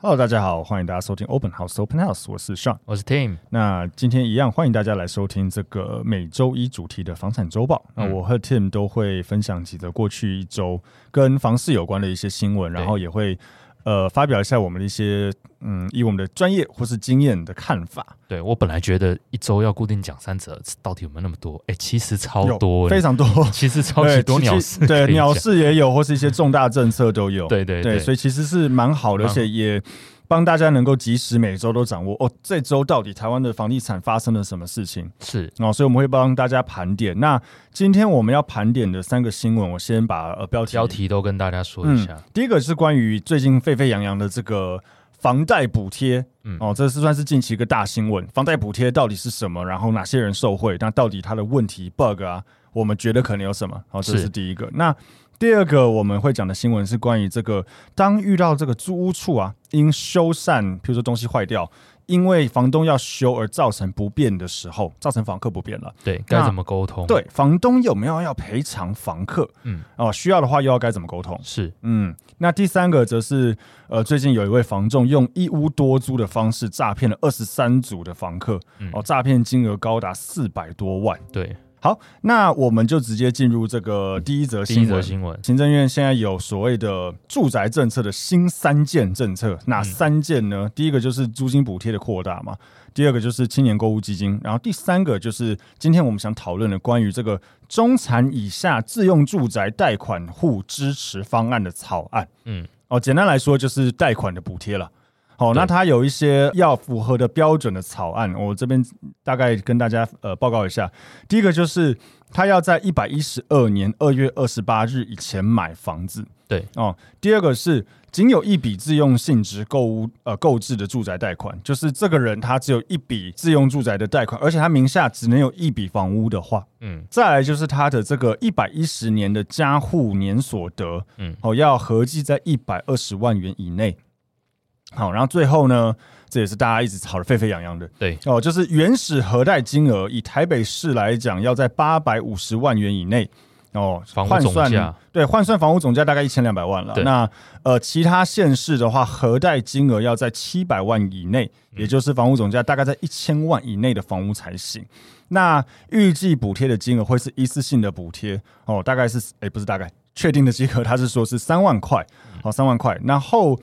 Hello，大家好，欢迎大家收听 Open House Open House，我是 Sean。我是 Tim，那今天一样，欢迎大家来收听这个每周一主题的房产周报。那嗯我和 Tim 都会分享几则过去一周跟房市有关的一些新闻，然后也会呃发表一下我们的一些嗯，以我们的专业或是经验的看法，对我本来觉得一周要固定讲三折，到底有没有那么多？哎，其实超多有的，非常 多，其实超级多对鸟其事，对鸟，事也有，或是一些重大政策都有，对对嗯对，所以其实是蛮好的，而蛮好且也帮大家能够及时每周都掌握哦，这周到底台湾的房地产发生了什么事情。是哦，所以我们会帮大家盘点。那今天我们要盘点的三个新闻，我先把呃标题标题都跟大家说嗯一下，第一个是关于最近沸沸扬扬的这个房贷补贴，嗯哦，这是算是近期一个大新闻。房贷补贴到底是什么？然后哪些人受贿？那到底它的问题 bug 啊，我们觉得可能有什么？哦，这是是第一个。那第二个我们会讲的新闻是关于这个，当遇到这个租屋处啊，因修缮，譬如说东西坏掉，因为房东要修而造成不便的时候，造成房客不便了。对，该怎么沟通？，对，房东有没有要赔偿房客？嗯，哦，需要的话又要该怎么沟通？是嗯，那第三个则是，呃，最近有一位房仲用一屋多租的方式诈骗了二十三组的房客，嗯哦，诈骗金额高达四百多万。对，好，那我们就直接进入这个第一则第一新则闻。新闻，行政院现在有所谓的住宅政策的新三件政策，哪三件呢？第一个就是租金补贴的扩大嘛，第二个就是青年购物基金，然后第三个就是今天我们想讨论的关于这个中产以下自用住宅贷款户支持方案的草案。嗯，哦，简单来说就是贷款的补贴了。好、那对它有一些要符合的标准的草案，我这边大概跟大家呃报告一下。第一个就是他要在一百一十二年二月二十八日以前买房子。对哦，第二个是仅有一笔自用性质购物呃购置的住宅贷款，就是这个人他只有一笔自用住宅的贷款，而且他名下只能有一笔房屋的话，嗯，再来就是他的这个一百一十年的家户年所得，嗯哦，要合计在一百二十万元以内。好，然后最后呢，这也是大家一直吵得沸沸扬扬的，对哦，就是原始核贷金额，以台北市来讲，要在八百五十万元以内。哦，房屋换总算价对换算房屋总价大概一千两百万了。对那呃，其他县市的话，核贷金额要在七百万以内，嗯也就是房屋总价大概在一千万以内的房屋才行。那预计补贴的金额会是一次性的补贴哦，大概是诶、不是大概确定的金额，他是说是三万块，嗯好、哦、三万块，然后。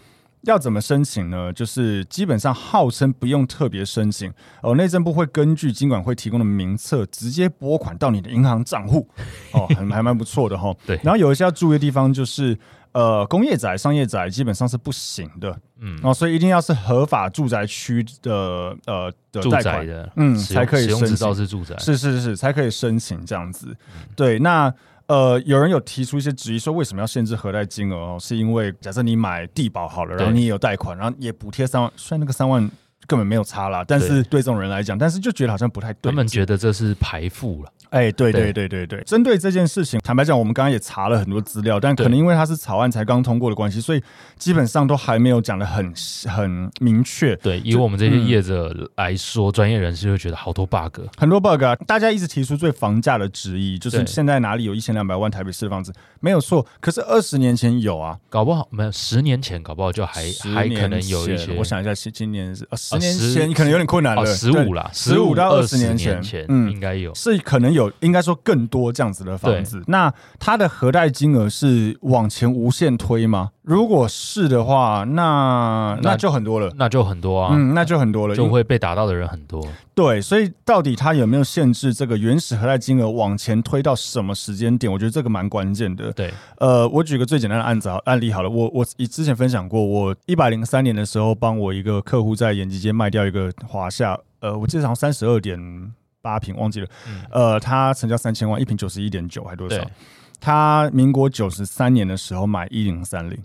要怎么申请呢？就是基本上号称不用特别申请，哦，内政部会根据金管会提供的名册直接拨款到你的银行账户， 哦，还还蛮不错的哈、对然后有一些要注意的地方就是，呃，工业宅、商业宅基本上是不行的，嗯，哦，所以一定要是合法住宅区的呃的住贷宅款，的，嗯使才用可以使用申执请照是住宅，是是是，才可以申请这样子。对，那呃，有人有提出一些质疑，说为什么要限制核贷金额？哦，是因为假设你买地保好了，然后对你也有贷款，然后也补贴三万，虽然那个三万根本没有差啦，但是对这种人来讲，但是就觉得好像不太对他们劲。觉得这是排富了，哎，对对对对对对，针对这件事情，坦白讲，我们刚刚也查了很多资料，但可对能因为它是草案才刚通过的关系，所以基本上都还没有讲的很很明确。对，以我们这些嗯业者来说，专业人士会觉得好多 bug，很多 bug 啊，大家一直提出对房价的质疑，就是对现在哪里有一千两百万台北市的房子没有错，可是二十年前有啊，搞不好没有十年前，搞不好就还10还年可能有前一些，我想一下，今今年是啊，十啊年10前可能有点困难哦了，十啊对五啦， 15到二20年前前，嗯应该有，是可能有，应该说更多这样子的房子。那它的核贷金额是往前无限推吗？如果是的话，那那那就很多了。那就很多啊，嗯，那就很多了，就会被打到的人很多。对，所以到底它有没有限制这个原始核贷金额往前推到什么时间点？我觉得这个蛮关键的。对，呃，我举个最简单的案子好案例好了，我我以之前分享过，我一百零三年的时候，帮我一个客户在延吉街卖掉一个华夏，呃，我记得好像三十二点八平，忘记了，呃，他成交三千万，一平九十一点九还多少嗯对？他民国九十三年的时候买一零三零，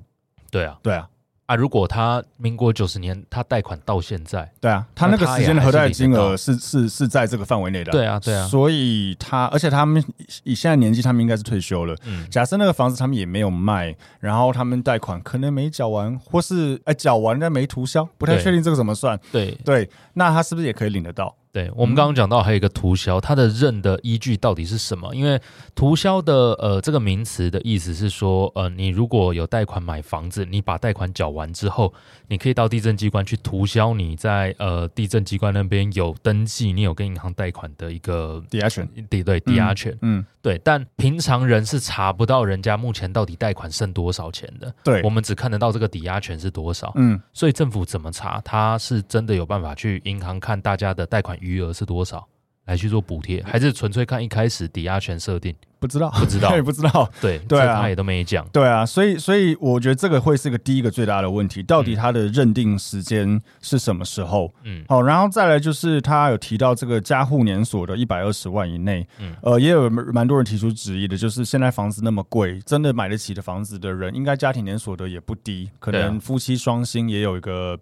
对啊，对啊，啊，如果他民国九十年他贷款到现在，对啊，他那个那他时也间的还核是贷领得金额到是是是在这个范围内的啊。对啊对啊所以他，而且他们以以现在年纪，他们应该是退休了。嗯假设那个房子他们也没有卖，然后他们贷款可能没缴完，或是哎缴完但没涂销，不太对确定这个怎么算。对对，那他是不是也可以领得到？对，嗯我们刚刚讲到还有一个涂销，它的认的依据到底是什么？因为涂销的呃这个名词的意思是说，呃，你如果有贷款买房子，你把贷款缴完之后，你可以到地震机关去涂销你在呃地震机关那边有登记，你有跟银行贷款的一个抵押权，抵对抵押权。嗯，对，但平常人是查不到人家目前到底贷款剩多少钱的，对我，们只看得到这个抵押权是多少。嗯，所以政府怎么查？他是真的有办法去银行看大家的贷款余额是多少来去做补贴，还是纯粹看一开始抵押权设定？不知道，不知道 也不知道。对，对啊这他也都没讲。对啊，所以所以我觉得这个会是个第一个最大的问题，到底他的认定时间是什么时候？嗯好，然后再来就是他有提到这个加户年所得一百二十万以内，嗯呃，也有蛮蛮多人提出质疑的，就是现在房子那么贵，真的买得起的房子的人，应该家庭年所得也不低，可对啊能夫妻双薪也有一个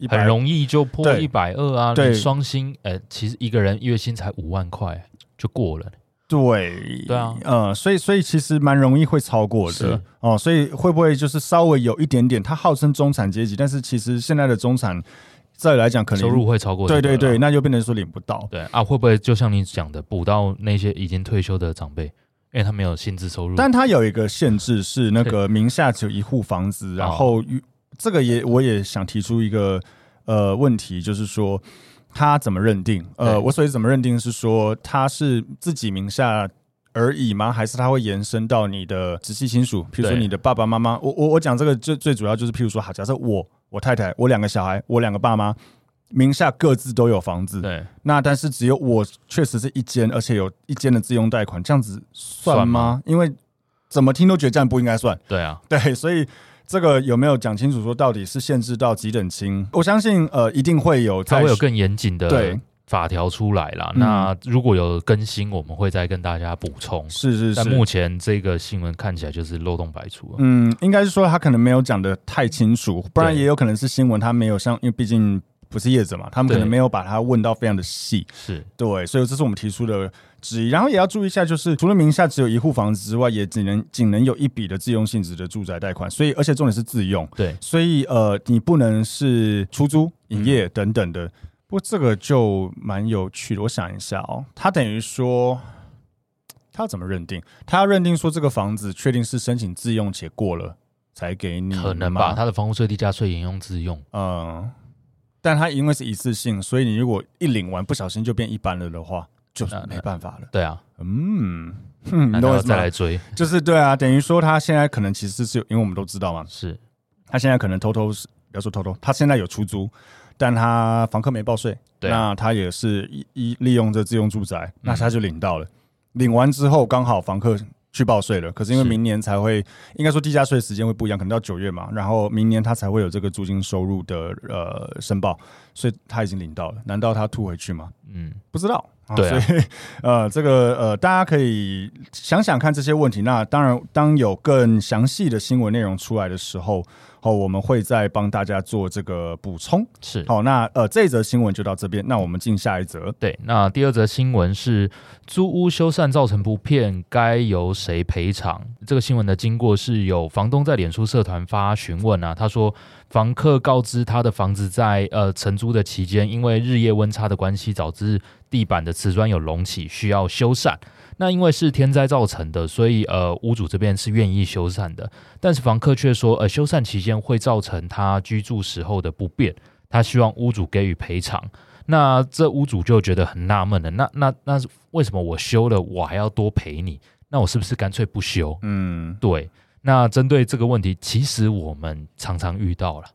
一很百容易就破对一百二啊！对你双薪，呃，其实一个人月薪才五万块就过了。对对啊呃，所以所以其实蛮容易会超过的是哦，所以会不会就是稍微有一点点，他号称中产阶级，但是其实现在的中产，再来讲可能收入会超过这对个对了对，那就变成说领不到。对啊，会不会就像你讲的，补到那些已经退休的长辈，因为他没有薪资收入？但它有一个限制是那个名下只有一户房子，然哦后这个也我也想提出一个呃问题，就是说他怎么认定？呃，对我所以怎么认定是说他是自己名下。而已吗？还是他会延伸到你的直系亲属，譬如说对你的爸爸妈妈？我我我讲这个最最主要就是，譬如说，好，假设我、我太太、我两个小孩、我两个爸妈名下各自都有房子，对，那但是只有我确实是一间，而且有一间的自用贷款，这样子算吗？算吗因为怎么听都觉得这样不应该算， 对啊，对，所以这个有没有讲清楚说到底是限制到几等亲？我相信呃一定会有在，它会有更严谨的对法条出来啦。嗯那如果有更新，我们会再跟大家补充。是是但是目。前这个新闻看起来就是漏洞百出、啊。嗯，应该是说他可能没有讲的太清楚，不然对也有可能是新闻他没有像，因为毕竟不是业者嘛，他们可能对没有把它问到非常的细。是对，所以这是我们提出的质疑。然后也要注意一下，就是除了名下只有一户房子之外，也只能仅能有一笔的自用性质的住宅贷款，所以而且重点是自用，对，所以呃，你不能是出租、营业嗯等等的。不过这个就蛮有趣的，我想一下哦，他等于说。他要怎么认定？他要认定说这个房子确定是申请自用且过了才给你吗，可能吧。它的房屋税、地价税沿用自用，嗯，但它因为是一次性，所以你如果一领完不小心就变一般了的话，就是那没办法了。对啊，嗯，哼那你懂要我意思再吗来？追就是对啊，等于说他现在可能其实是有因为我们都知道嘛，是他现在可能偷偷是不要说偷偷，他现在有出租，但他房客没报税，对啊嗯那他也是一一利用这自用住宅，那他就领到了，领完之后刚好房客。去报税了，可是因为是明年才会，应该说地价税时间会不一样，可能到九月嘛，然后明年他才会有这个租金收入的呃申报，所以他已经领到了，难道他吐回去吗？嗯，不知道。啊对啊所以 呃，这个呃，大家可以想想看这些问题。那当然，当有更详细的新闻内容出来的时候，哦，我们会再帮大家做这个补充。是。好，那呃，这一则新闻就到这边，那我们进下一则。对，那第二则新闻是租屋修缮造成不便，该由谁赔偿？这个新闻的经过是有房东在脸书社团发询问啊，他说房客告知他的房子在呃承租的期间，因为日夜温差的关系，导致地板的瓷砖有隆起，需要修缮。那因为是天灾造成的，所以呃屋主这边是愿意修缮的，但是房客却说呃修缮期间会造成他居住时候的不便，他希望屋主给予赔偿。那这屋主就觉得很纳闷了，那那那为什么我修了我还要多赔你？那我是不是干脆不修？嗯，对，那针对这个问题，其实我们常常遇到了。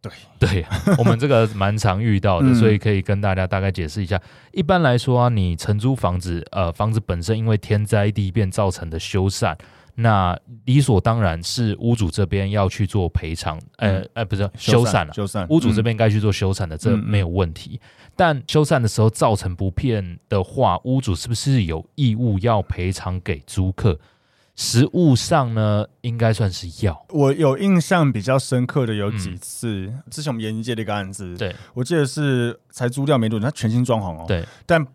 对对， 我们这个蛮常遇到的，嗯所以可以跟大家大概解释一下。一般来说啊，你承租房子，呃，房子本身因为天灾地变造成的修缮，那理所当然是屋主这边要去做赔偿，呃嗯呃，不是修缮了，修缮，屋主这边边该去做修缮的，这嗯嗯嗯没有问题。但修缮的时候造成不便的话，屋主是不是有义务要赔偿给租客？实物上呢，应该算是要。我有印象比较深刻的有几次，之前我们演艺界的一个案子，嗯对，我记得是才租掉没多久，它全新装潢哦，对，但。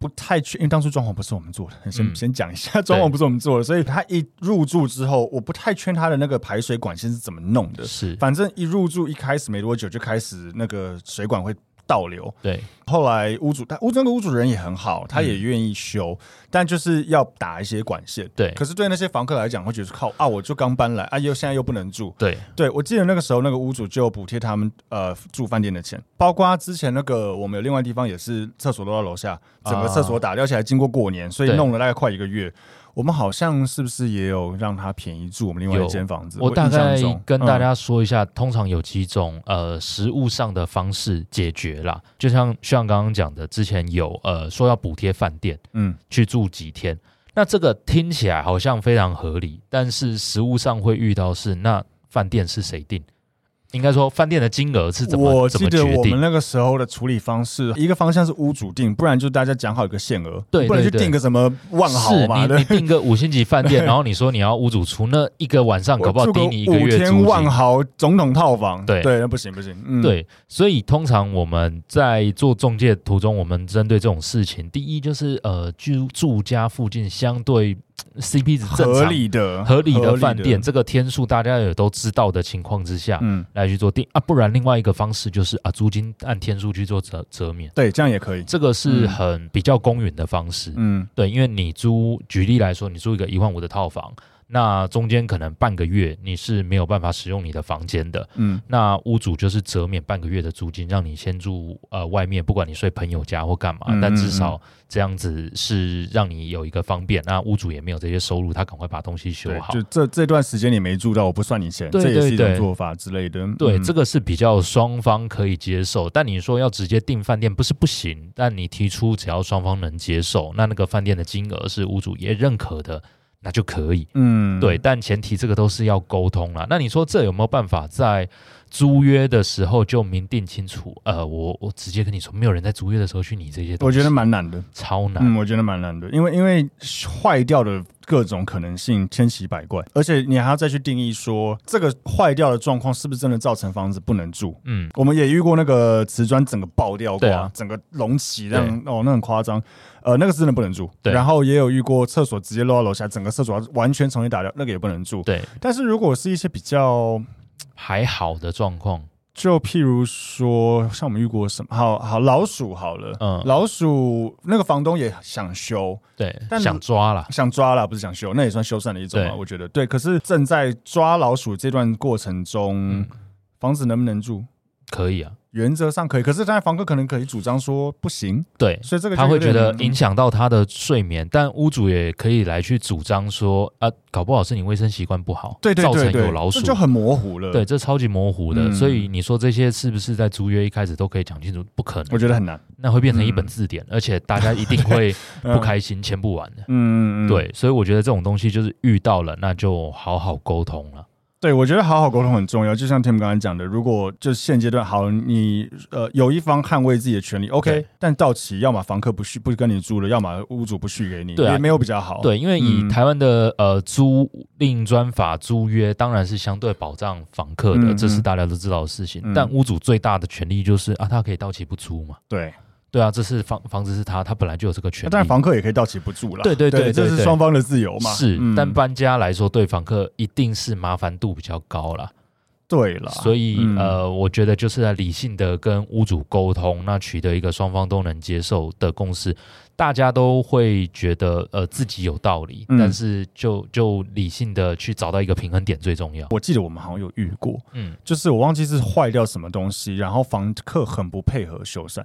不太确，因为当初装潢不是我们做的，先、嗯先讲一下， 装潢不是我们做的，所以他一入住之后，我不太确定他的那个排水管线是怎么弄的。是，反正一入住一开始没多久就开始那个水管会倒流，对，后来屋主，但屋主那个屋主人也很好，他也嗯愿意修，但就是要打一些管线。对，可是对那些房客来讲，会觉得靠啊，我就刚搬来啊，又现在又不能住。对，对我记得那个时候，那个屋主就补贴他们呃住饭店的钱，包括之前那个我们有另外地方也是厕所都到楼下，整个厕所打掉起来，经过过年，所以啊对弄了大概快一个月。我们好像是不是也有让他便宜住我们另外一间房子？我大印象概中跟大、嗯家说一下，通常有几种呃实物上的方式解决啦，就像像刚刚讲的，之前有呃说要补贴饭店嗯去住几天，那这个听起来好像非常合理，但是实物上会遇到是那饭店是谁定？应该说饭店的金额是怎么我怎记么得决我们定？那个时候的处理方式，一个方向是屋主定，不然就大家讲好一个限额，对不然对就对定个什么万豪是嘛，你对你。订个五星级饭店，然后你说你要屋主出，那一个晚上搞不好我住低个你一 个五月租天金万。豪总统套房，对对，那不行不行，嗯，，对，所以通常我们在做中介途中，我们针对这种事情，第一就是呃居住家附近相对呃 CP 值正合常、理的合理的饭店，，这个天数大家也都知道的情况之下、嗯，来去做定啊，不然另外一个方式就是啊租金按天数去做折折免，对，这样也可以，这个是嗯很比较公允的方式。嗯，对，因为你租，举例来说，你租一个一万五的套房，那中间可能半个月你是没有办法使用你的房间的，嗯，那屋主就是折免半个月的租金，让你先住呃外面，不管你睡朋友家或干嘛，嗯但至少这样子是让你有一个方便。那屋主也没有这些收入，他赶快把东西修对，好。就这这段时间你没住到，我不算你钱，对这也是一对种对做法之类的，对，嗯这个是比较双方可以接受，但你说要直接订饭店不是不行，但你提出只要双方能接受，那那个饭店的金额是屋主也认可的，那就可以。嗯，对，，但前提这个都是要沟通啦。那你说这有没有办法在租约的时候就明定清楚？呃，我我直接跟你说，没有人在租约的时候去你这些东西，我觉得蛮难的，超难。嗯，我觉得蛮难的，因为因为坏掉的各种可能性千奇百怪，而且你还要再去定义说这个坏掉的状况是不是真的造成房子不能住。嗯，我们也遇过那个瓷砖整个爆掉过、对啊整个隆起这样，哦，那很夸张。呃，那个是真的不能住。对然后也有遇过厕所直接落到楼下，整个厕所完全重新打掉，那个也不能住。对，但是如果是一些比较，还好的状况，就譬如说，像我们遇过什么，好好老鼠好了，嗯老鼠那个房东也想修，对，但想抓啦，想抓啦，不是想修，那也算修缮的一种啊，对我觉得对。可是正在抓老鼠这段过程中，嗯房子能不能住？可以啊。原则上可以，可是当然房客可能可以主张说不行，对，所以这个就他会有觉点得影响到他的睡眠，但屋主也可以来去主张说啊，搞不好是你卫生习惯不好，对对造对成对，有老鼠这，就很模糊了。对，，这超级模糊的。嗯所以你说这些是不是在租约一开始都可以讲清楚？不可能。我觉得嗯很难，那会变成一本字典，而且大家一定 会不开心，签不完的。嗯。嗯嗯嗯，对，所以我觉得这种东西就是遇到了，那就好好沟通了。对，我觉得好好沟通很重要。就像 Tim 刚才讲的，如果就是现阶段好，你呃有一方捍卫自己的权利，OK，对但到期要么房客不续不跟你住了，要么屋主不续给你，对啊也没有比较好。，对，因为以嗯台湾的呃租赁专法租约，当然是相对保障房客嗯的，嗯这是大家都知道的事情嗯。但屋主最大的权利就是啊，他可以到期不租嘛。对，对啊，这是房房子是他，他本来就有这个权啊那当然利。房客也可以到期不住了。对对对对这是对双方的自由嘛。是，嗯但搬家来说，对房客一定是麻烦度比较高啦。对了，所以、嗯呃，我觉得就是在理性的跟屋主沟通，那取得一个双方都能接受的共识，大家都会觉得呃自己有道理，嗯但是就就理性的去找到一个平衡点最重要。我记得我们好像有遇过，嗯，就是我忘记是坏掉什么东西，然后房客很不配合修缮，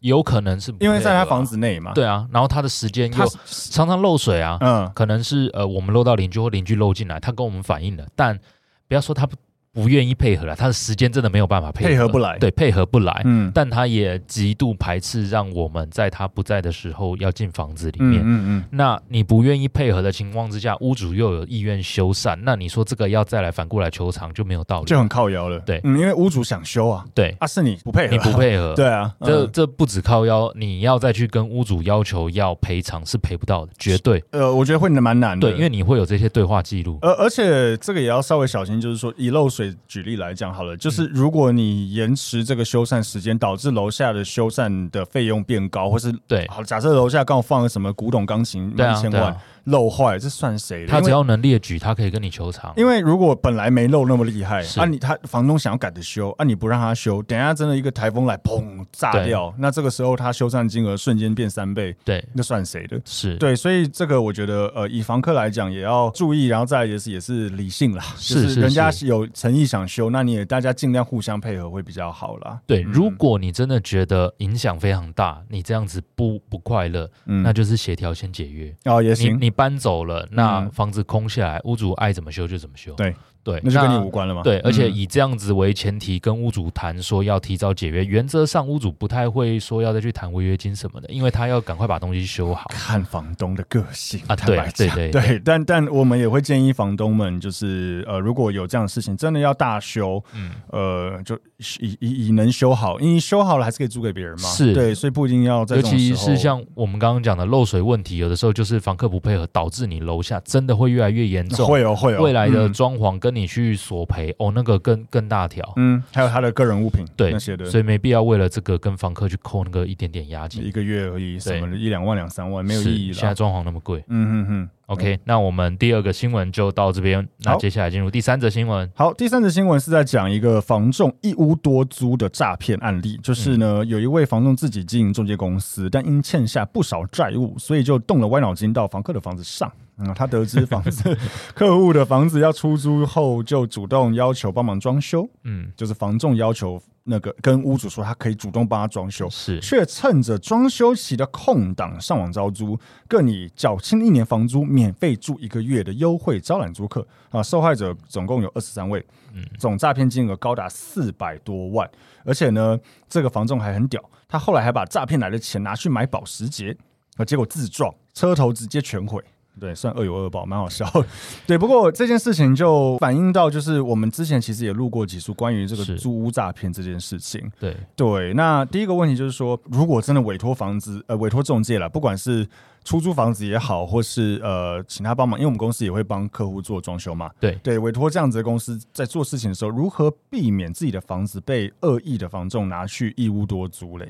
有可能是不因为在配合他啊房子内嘛。，对啊，然后他的时间他又是常常漏水啊，嗯，可能是呃我们漏到邻居或邻居漏进来，他跟我们反映了，但不要说他不不愿意配合了，他的时间真的没有办法配合，配合不来对，配合不来。嗯但他也极度排斥让我们在他不在的时候要进房子里嗯面。嗯那你不愿意配合的情况之下，屋主又有意愿修缮，那你说这个要再来反过来求偿就没有道嗯，理就。很靠腰了。对嗯，因为屋主想修啊，对，啊是你不配合，你不，配合， 对啊，这嗯这不止靠腰，你要再去跟屋主要求要赔偿是赔不到的，绝对呃，我觉得会蛮难的，对，因为你会有这些对话记录。而而且这个也要稍微小心，就是说以漏水举例来讲嗯好了，就是如果你延迟这个修缮时间，导致楼下的修缮的费用变高，或是对好假设楼下刚好放了什么古董钢琴对啊一千对啊万漏坏，这算谁的？他因只为要能列举，他可以跟你求偿。因为如果本来没漏那么厉害是啊你，他房东想要赶着修啊，你不让他修，等一下真的一个台风来砰炸对掉，那这个时候他修缮金额瞬间变三倍，对，那算谁的？是对，所以这个我觉得，呃，以房客来讲也要注意，然后再来也是也是理性啦，是就是人家是是有诚意想修，那你也大家尽量互相配合会比较好啦。对。如果你真的觉得影响非常大，你这样子不不快乐，嗯，那就是协调先解约。哦也你行，你搬走了，那嗯房子空下来，屋主爱怎么修就怎么修。对对，那就跟你无关了嘛。对，而且嗯以这样子为前提，跟屋主谈说要提早解约，原则上屋主不太会说要再去谈违约金什么的，因为他要赶快把东西修好。看房东的个性 啊坦白对讲对对对，但但我们也会建议房东们，就是呃，如果有这样的事情，真的要大修，嗯，呃，就以以以能修好，因为修好了还是可以租给别人嘛。是对，所以不一定要在尤这种其时候是像我们刚刚讲的漏水问题，有的时候就是房客不配合，导致你楼下真的会越来越严重。会有会有未来的嗯装潢跟你去索赔，哦，那个更更大条。嗯，还有他的个人物品对那些的，所以没必要为了这个跟房客去扣那个一点点押金一，个月而已，对什么的一两万、两三万没有是意义现在了。装潢那么贵。嗯嗯嗯。 OK，、那我们第二个新闻就到这边，那好接下来进入第三则新闻。好，第三则新闻是在讲一个房仲一屋多租的诈骗案例，嗯就是呢，有一位房仲自己经营中介公司，但因欠下不少债务，所以就动了歪脑筋到房客的房子上。嗯，他得知房子 客户的房子要出租后，就主动要求帮忙装修，嗯，就是房仲要求那个跟屋主说，他可以主动帮他装修，是却趁着装修期的空档上网招租，更以缴清一年房租、免费住一个月的优惠招揽租客啊！受害者总共有二十三位，嗯总诈骗金额高达四百多万，而且呢，这个房仲还很屌，他后来还把诈骗来的钱拿去买保时捷，啊，结果自撞，车头直接全毁。对，算恶有恶报，蛮好笑的。 对，不过这件事情就反映到，就是我们之前其实也录过几处关于这个是租屋诈骗这件事情。对，对，那第一个问题就是说，如果真的委托房子，呃，委托中介了，不管是出租房子也好，或是呃，请他帮忙，因为我们公司也会帮客户做装修嘛。对对，委托这样子的公司在做事情的时候，如何避免自己的房子被恶意的房仲拿去一屋多租嘞？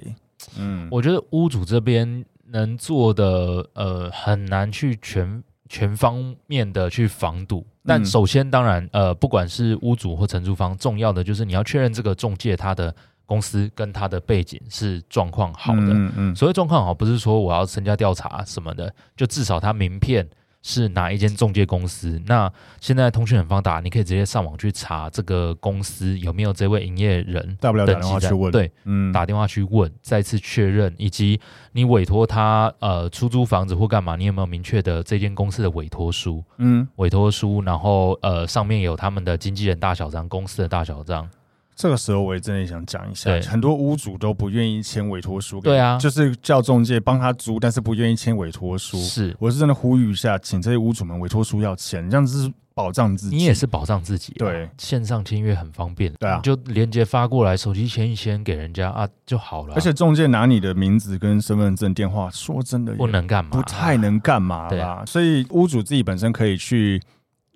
嗯，我觉得屋主这边能做的，呃，很难去全全方面的去防堵。但嗯首先，当然，呃，不管是屋主或承租方，重要的就是你要确认这个中介他的公司跟他的背景是状况好的。嗯嗯所谓状况好，不是说我要身家调查什么的，就至少他名片是哪一间中介公司。那现在通讯很发达，你可以直接上网去查这个公司有没有这位营业人大不了打登电记话在去问对，嗯，打电话去问，再次确认，以及你委托他呃出租房子或干嘛，你有没有明确的这间公司的委托书？嗯，委托书，然后呃上面有他们的经纪人大小章、公司的大小章。这个时候我也真的想讲一下对，很多屋主都不愿意签委托书给，对啊就是叫中介帮他租，但是不愿意签委托书，是我是真的呼吁一下，请这些屋主们委托书要签，这样子是保障自己。你也是保障自己、啊，对，线上签约很方便，对啊你就链接发过来，手机签一签给人家啊就好了啊。而且中介拿你的名字跟身份证、电话，说真的也不能干嘛、不太能干嘛对啦。啊所以屋主自己本身可以去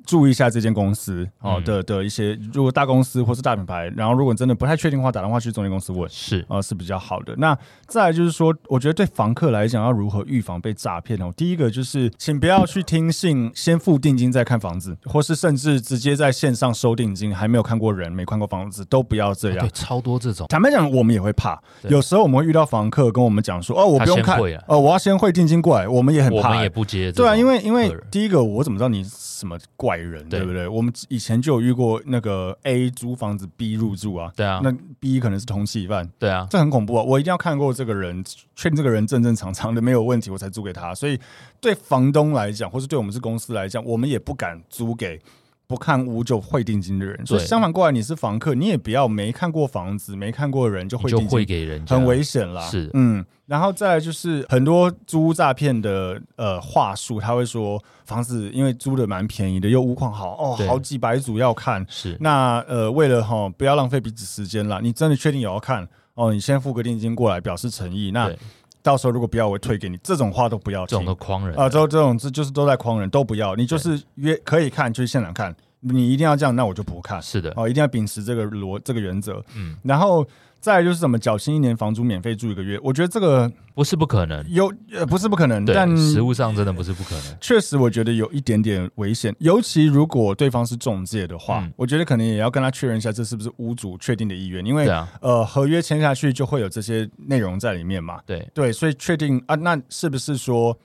注意一下这间公司哦嗯的、的一些，如果大公司或是大品牌，然后如果真的不太确定的话，打电话去中介公司问。是呃，是比较好的。那再来就是说，我觉得对房客来讲，要如何预防被诈骗哦？第一个就是，请不要去听信先付定金再看房子，或是甚至直接在线上收定金，还没有看过人、没看过房子，都不要这样啊哦对，。超多这种，坦白讲，我们也会怕，对有时候我们会遇到房客跟我们讲说：“哦，我不用他看先汇啊，哦，我要先汇定金过来。”我们也很我怕、们也欸。不接这对种啊，客人。因为因为第一个，我怎么知道你是什么怪人，对对不对？我们以前就有遇过那个 A 租房子，B 入住啊，对啊，那 B 可能是通缉犯，对啊，这很恐怖啊！我一定要看过这个人，确定这个人正正常常的没有问题，我才租给他。所以对房东来讲，或是对我们是公司来讲，我们也不敢租给不看屋就会定金的人，所以对相反过来，你是房客，你也不要没看过房子、没看过的人就你会就定金会，给人家，很危险啦。是嗯，然后再来就是很多租屋诈骗的呃话术，他会说房子因为租的蛮便宜的，又屋况好哦，对好几百组要看，是那呃，为了哈不要浪费彼此时间啦，你真的确定有要看哦？你先付个定金过来表示诚意。那对到时候如果不要，我会退给你。这种话都不要这种听的诳人啊！，这这种这就是都在诓人，都不要。你就是约可以看，就是现场看。你一定要这样，那我就不看是的，哦，一定要秉持这个逻这个原则。嗯，然后再来就是什么缴清一年房租免费住一个月，我觉得这个不是不可能，有呃不是不可能，对但，实物上真的不是不可能，确实，我觉得有一点点危险，尤其如果对方是中介的话，嗯我觉得可能也要跟他确认一下，这是不是屋主确定的意愿，因为对啊，呃，合约签下去就会有这些内容在里面嘛。对，对，所以确定啊，那是不是说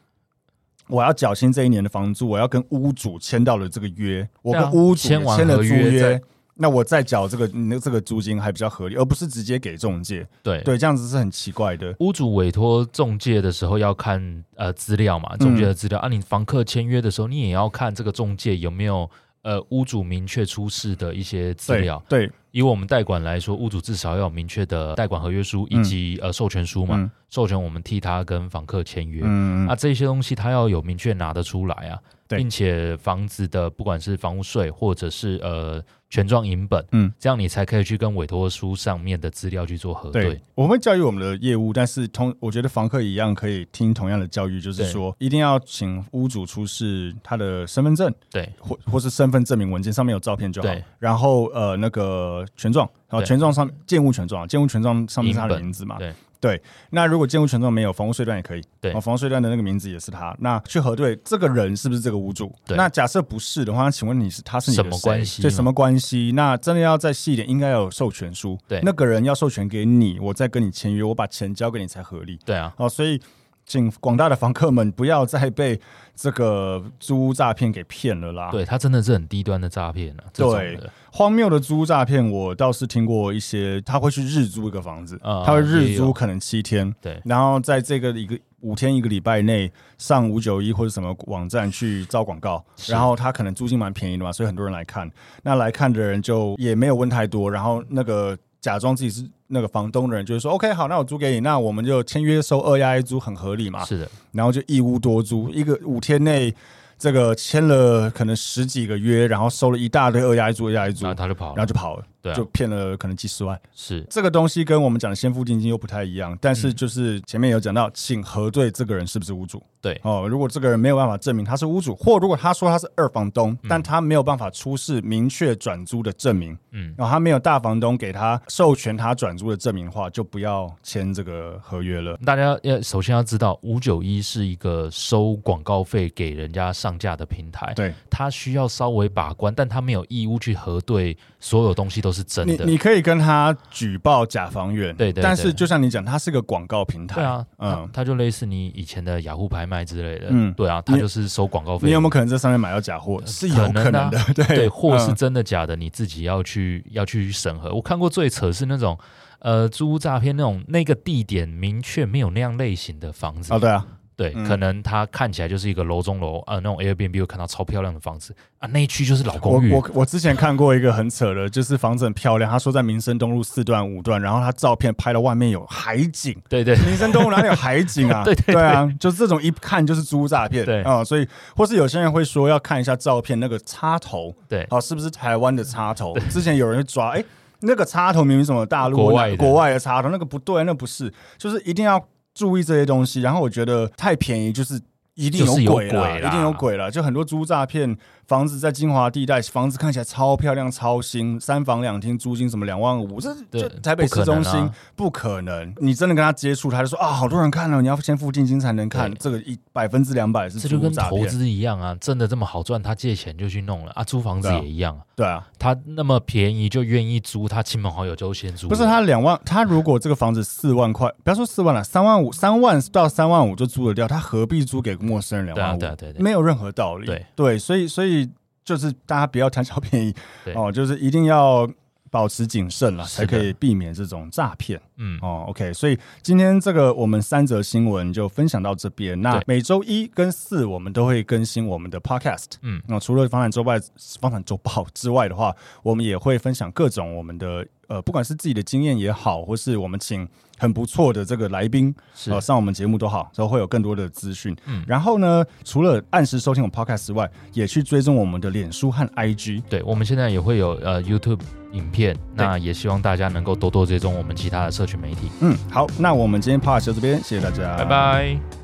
我要缴清这一年的房租，我要跟屋主签到了这个约，我对啊跟屋主也签完签了合租约再那我再缴这个那这个租金还比较合理，而不是直接给中介。对，对，这样子是很奇怪的。屋主委托中介的时候要看呃资料嗯嘛，中介的资料、啊。你房客签约的时候，你也要看这个中介有没有呃屋主明确出示的一些资对料。对，以我们代管来说，屋主至少要有明确的代管合约书以及、呃授权书嘛，嗯授权我们替他跟房客签约。嗯啊，这些东西他要有明确拿得出来啊，对并且房子的不管是房屋税或者是呃权状银本，嗯，这样你才可以去跟委托书上面的资料去做核对对，我们会教育我们的业务，但是同我觉得房客一样可以听同样的教育，就是对说一定要请屋主出示他的身份证对或或是身份证明文件，上面有照片就好对。然后呃，那个权状，然后对权状上建物权状，啊建物权状上面是他银的本名字嘛？对那如果建物权状没有，房屋税段也可以。对哦房屋税段的那个名字也是他。那去核对这个人是不是这个屋主？对那假设不是的话，那请问你是他是你的什么谁关系对，嘛什么关系？那真的要再细一点，应该要有授权书。对那个人要授权给你，我再跟你签约，我把钱交给你才合理。对啊，哦，所以请广大的房客们不要再被这个租屋诈骗给骗了啦。对，它真的是很低端的诈骗啊，这种对的荒谬的租屋诈骗，我倒是听过一些，他会去日租一个房子，啊他会日也有租可能七天，对然后在这个一个五天一个礼拜内上五九一或者什么网站去招广告，是然后他可能租金蛮便宜的嘛，所以很多人来看，那来看的人就也没有问太多，然后那个。假装自己是那个房东的人，就是说，OK，好，那我租给你，那我们就签约收二押一租，很合理嘛。是的，然后就一屋多租，一个五天内这个签了可能十几个约，然后收了一大堆二押一租、二押一租，然后然他就跑后了，就跑了，对啊就，骗了可能几十万。是这个东西跟我们讲的先付定金又不太一样，但嗯是就是前面有讲到，请核对这个人是不是屋主。对哦，如果这个人没有办法证明他是屋主，或如果他说他是二房东，但他没有办法出示明确转租的证明，嗯，然后他没有大房东给他授权他转租的证明的话，就不要签这个合约了。大家要首先要知道，五九一是一个收广告费给人家上架的平台，对，它需要稍微把关，但它没有义务去核对所有东西都是真你的。你可以跟他举报假房源，对对但对是就像你讲，它是个广告平台，对啊，嗯嗯，它就类似你以前的雅虎拍卖之类的，嗯对啊，它就是收广告费你有没有可能在上面买到假货？是有可可能能的的，对对，货是嗯真的假的，你自己要去要去审核。我看过最扯是那种，呃，租屋诈骗那种，那个地点明确没有那样类型的房子，哦，对啊，对，嗯可能它看起来就是一个楼中楼啊、呃那种 Airbnb 会看到超漂亮的房子啊，那一区就是老我公寓，我我之前看过一个很扯的，就是房子很漂亮，他说在民生东路四段五段，然后他照片拍到外面有海景，对对民生东路哪里有海景啊？ 对对对啊，就是这种一看就是租诈骗，对啊、所以或是有些人会说要看一下照片那个插头，对啊，是不是台湾的插头？之前有人会抓，哎、那个插头明明什么大陆国外的国外的插头，那个不对，那不是，就是一定要注意这些东西。然后我觉得太便宜就是。一定就是有鬼啦，鬼啦一定有鬼啦！就很多租诈骗，房子在金华地带，房子看起来超漂亮、超新，三房两厅，租金什么两万五，这对就台北市中不可能心啊不可能。你真的跟他接触，他就说啊，好多人看了，你要先付定金才能看对，这个一百分之两百是这就租跟诈投骗，资一样啊，真的这么好赚，他借钱就去弄了啊，租房子对啊也一样啊，对啊，他那么便宜就愿意租，他亲朋好友就先租，不是他两万，他如果这个房子四万块，不要说四万了，三万五，三万到三万五就租得掉，他何必租给陌生人两对啊万五？对啊对啊对啊没有任何道理。对所以所以就是大家不要贪小便宜对哦，就是一定要保持谨慎了，是的才可以避免这种诈骗。嗯，哦，OK，所以今天这个我们三则新闻就分享到这边。那对每周一跟四我们都会更新我们的 Podcast。嗯，那除了房产周外、房产周报之外的话，我们也会分享各种我们的呃，不管是自己的经验也好，或是我们请很不错的这个来宾是呃上我们节目都好，都会有更多的资讯。嗯然后呢，除了按时收听我们 Podcast 之外，也去追踪我们的脸书和 IG。对，我们现在也会有呃 YouTube 影片，那也希望大家能够多多追踪我们其他的社群媒体。嗯，好，那我们今天 Podcast 就到这边，谢谢大家，拜。拜。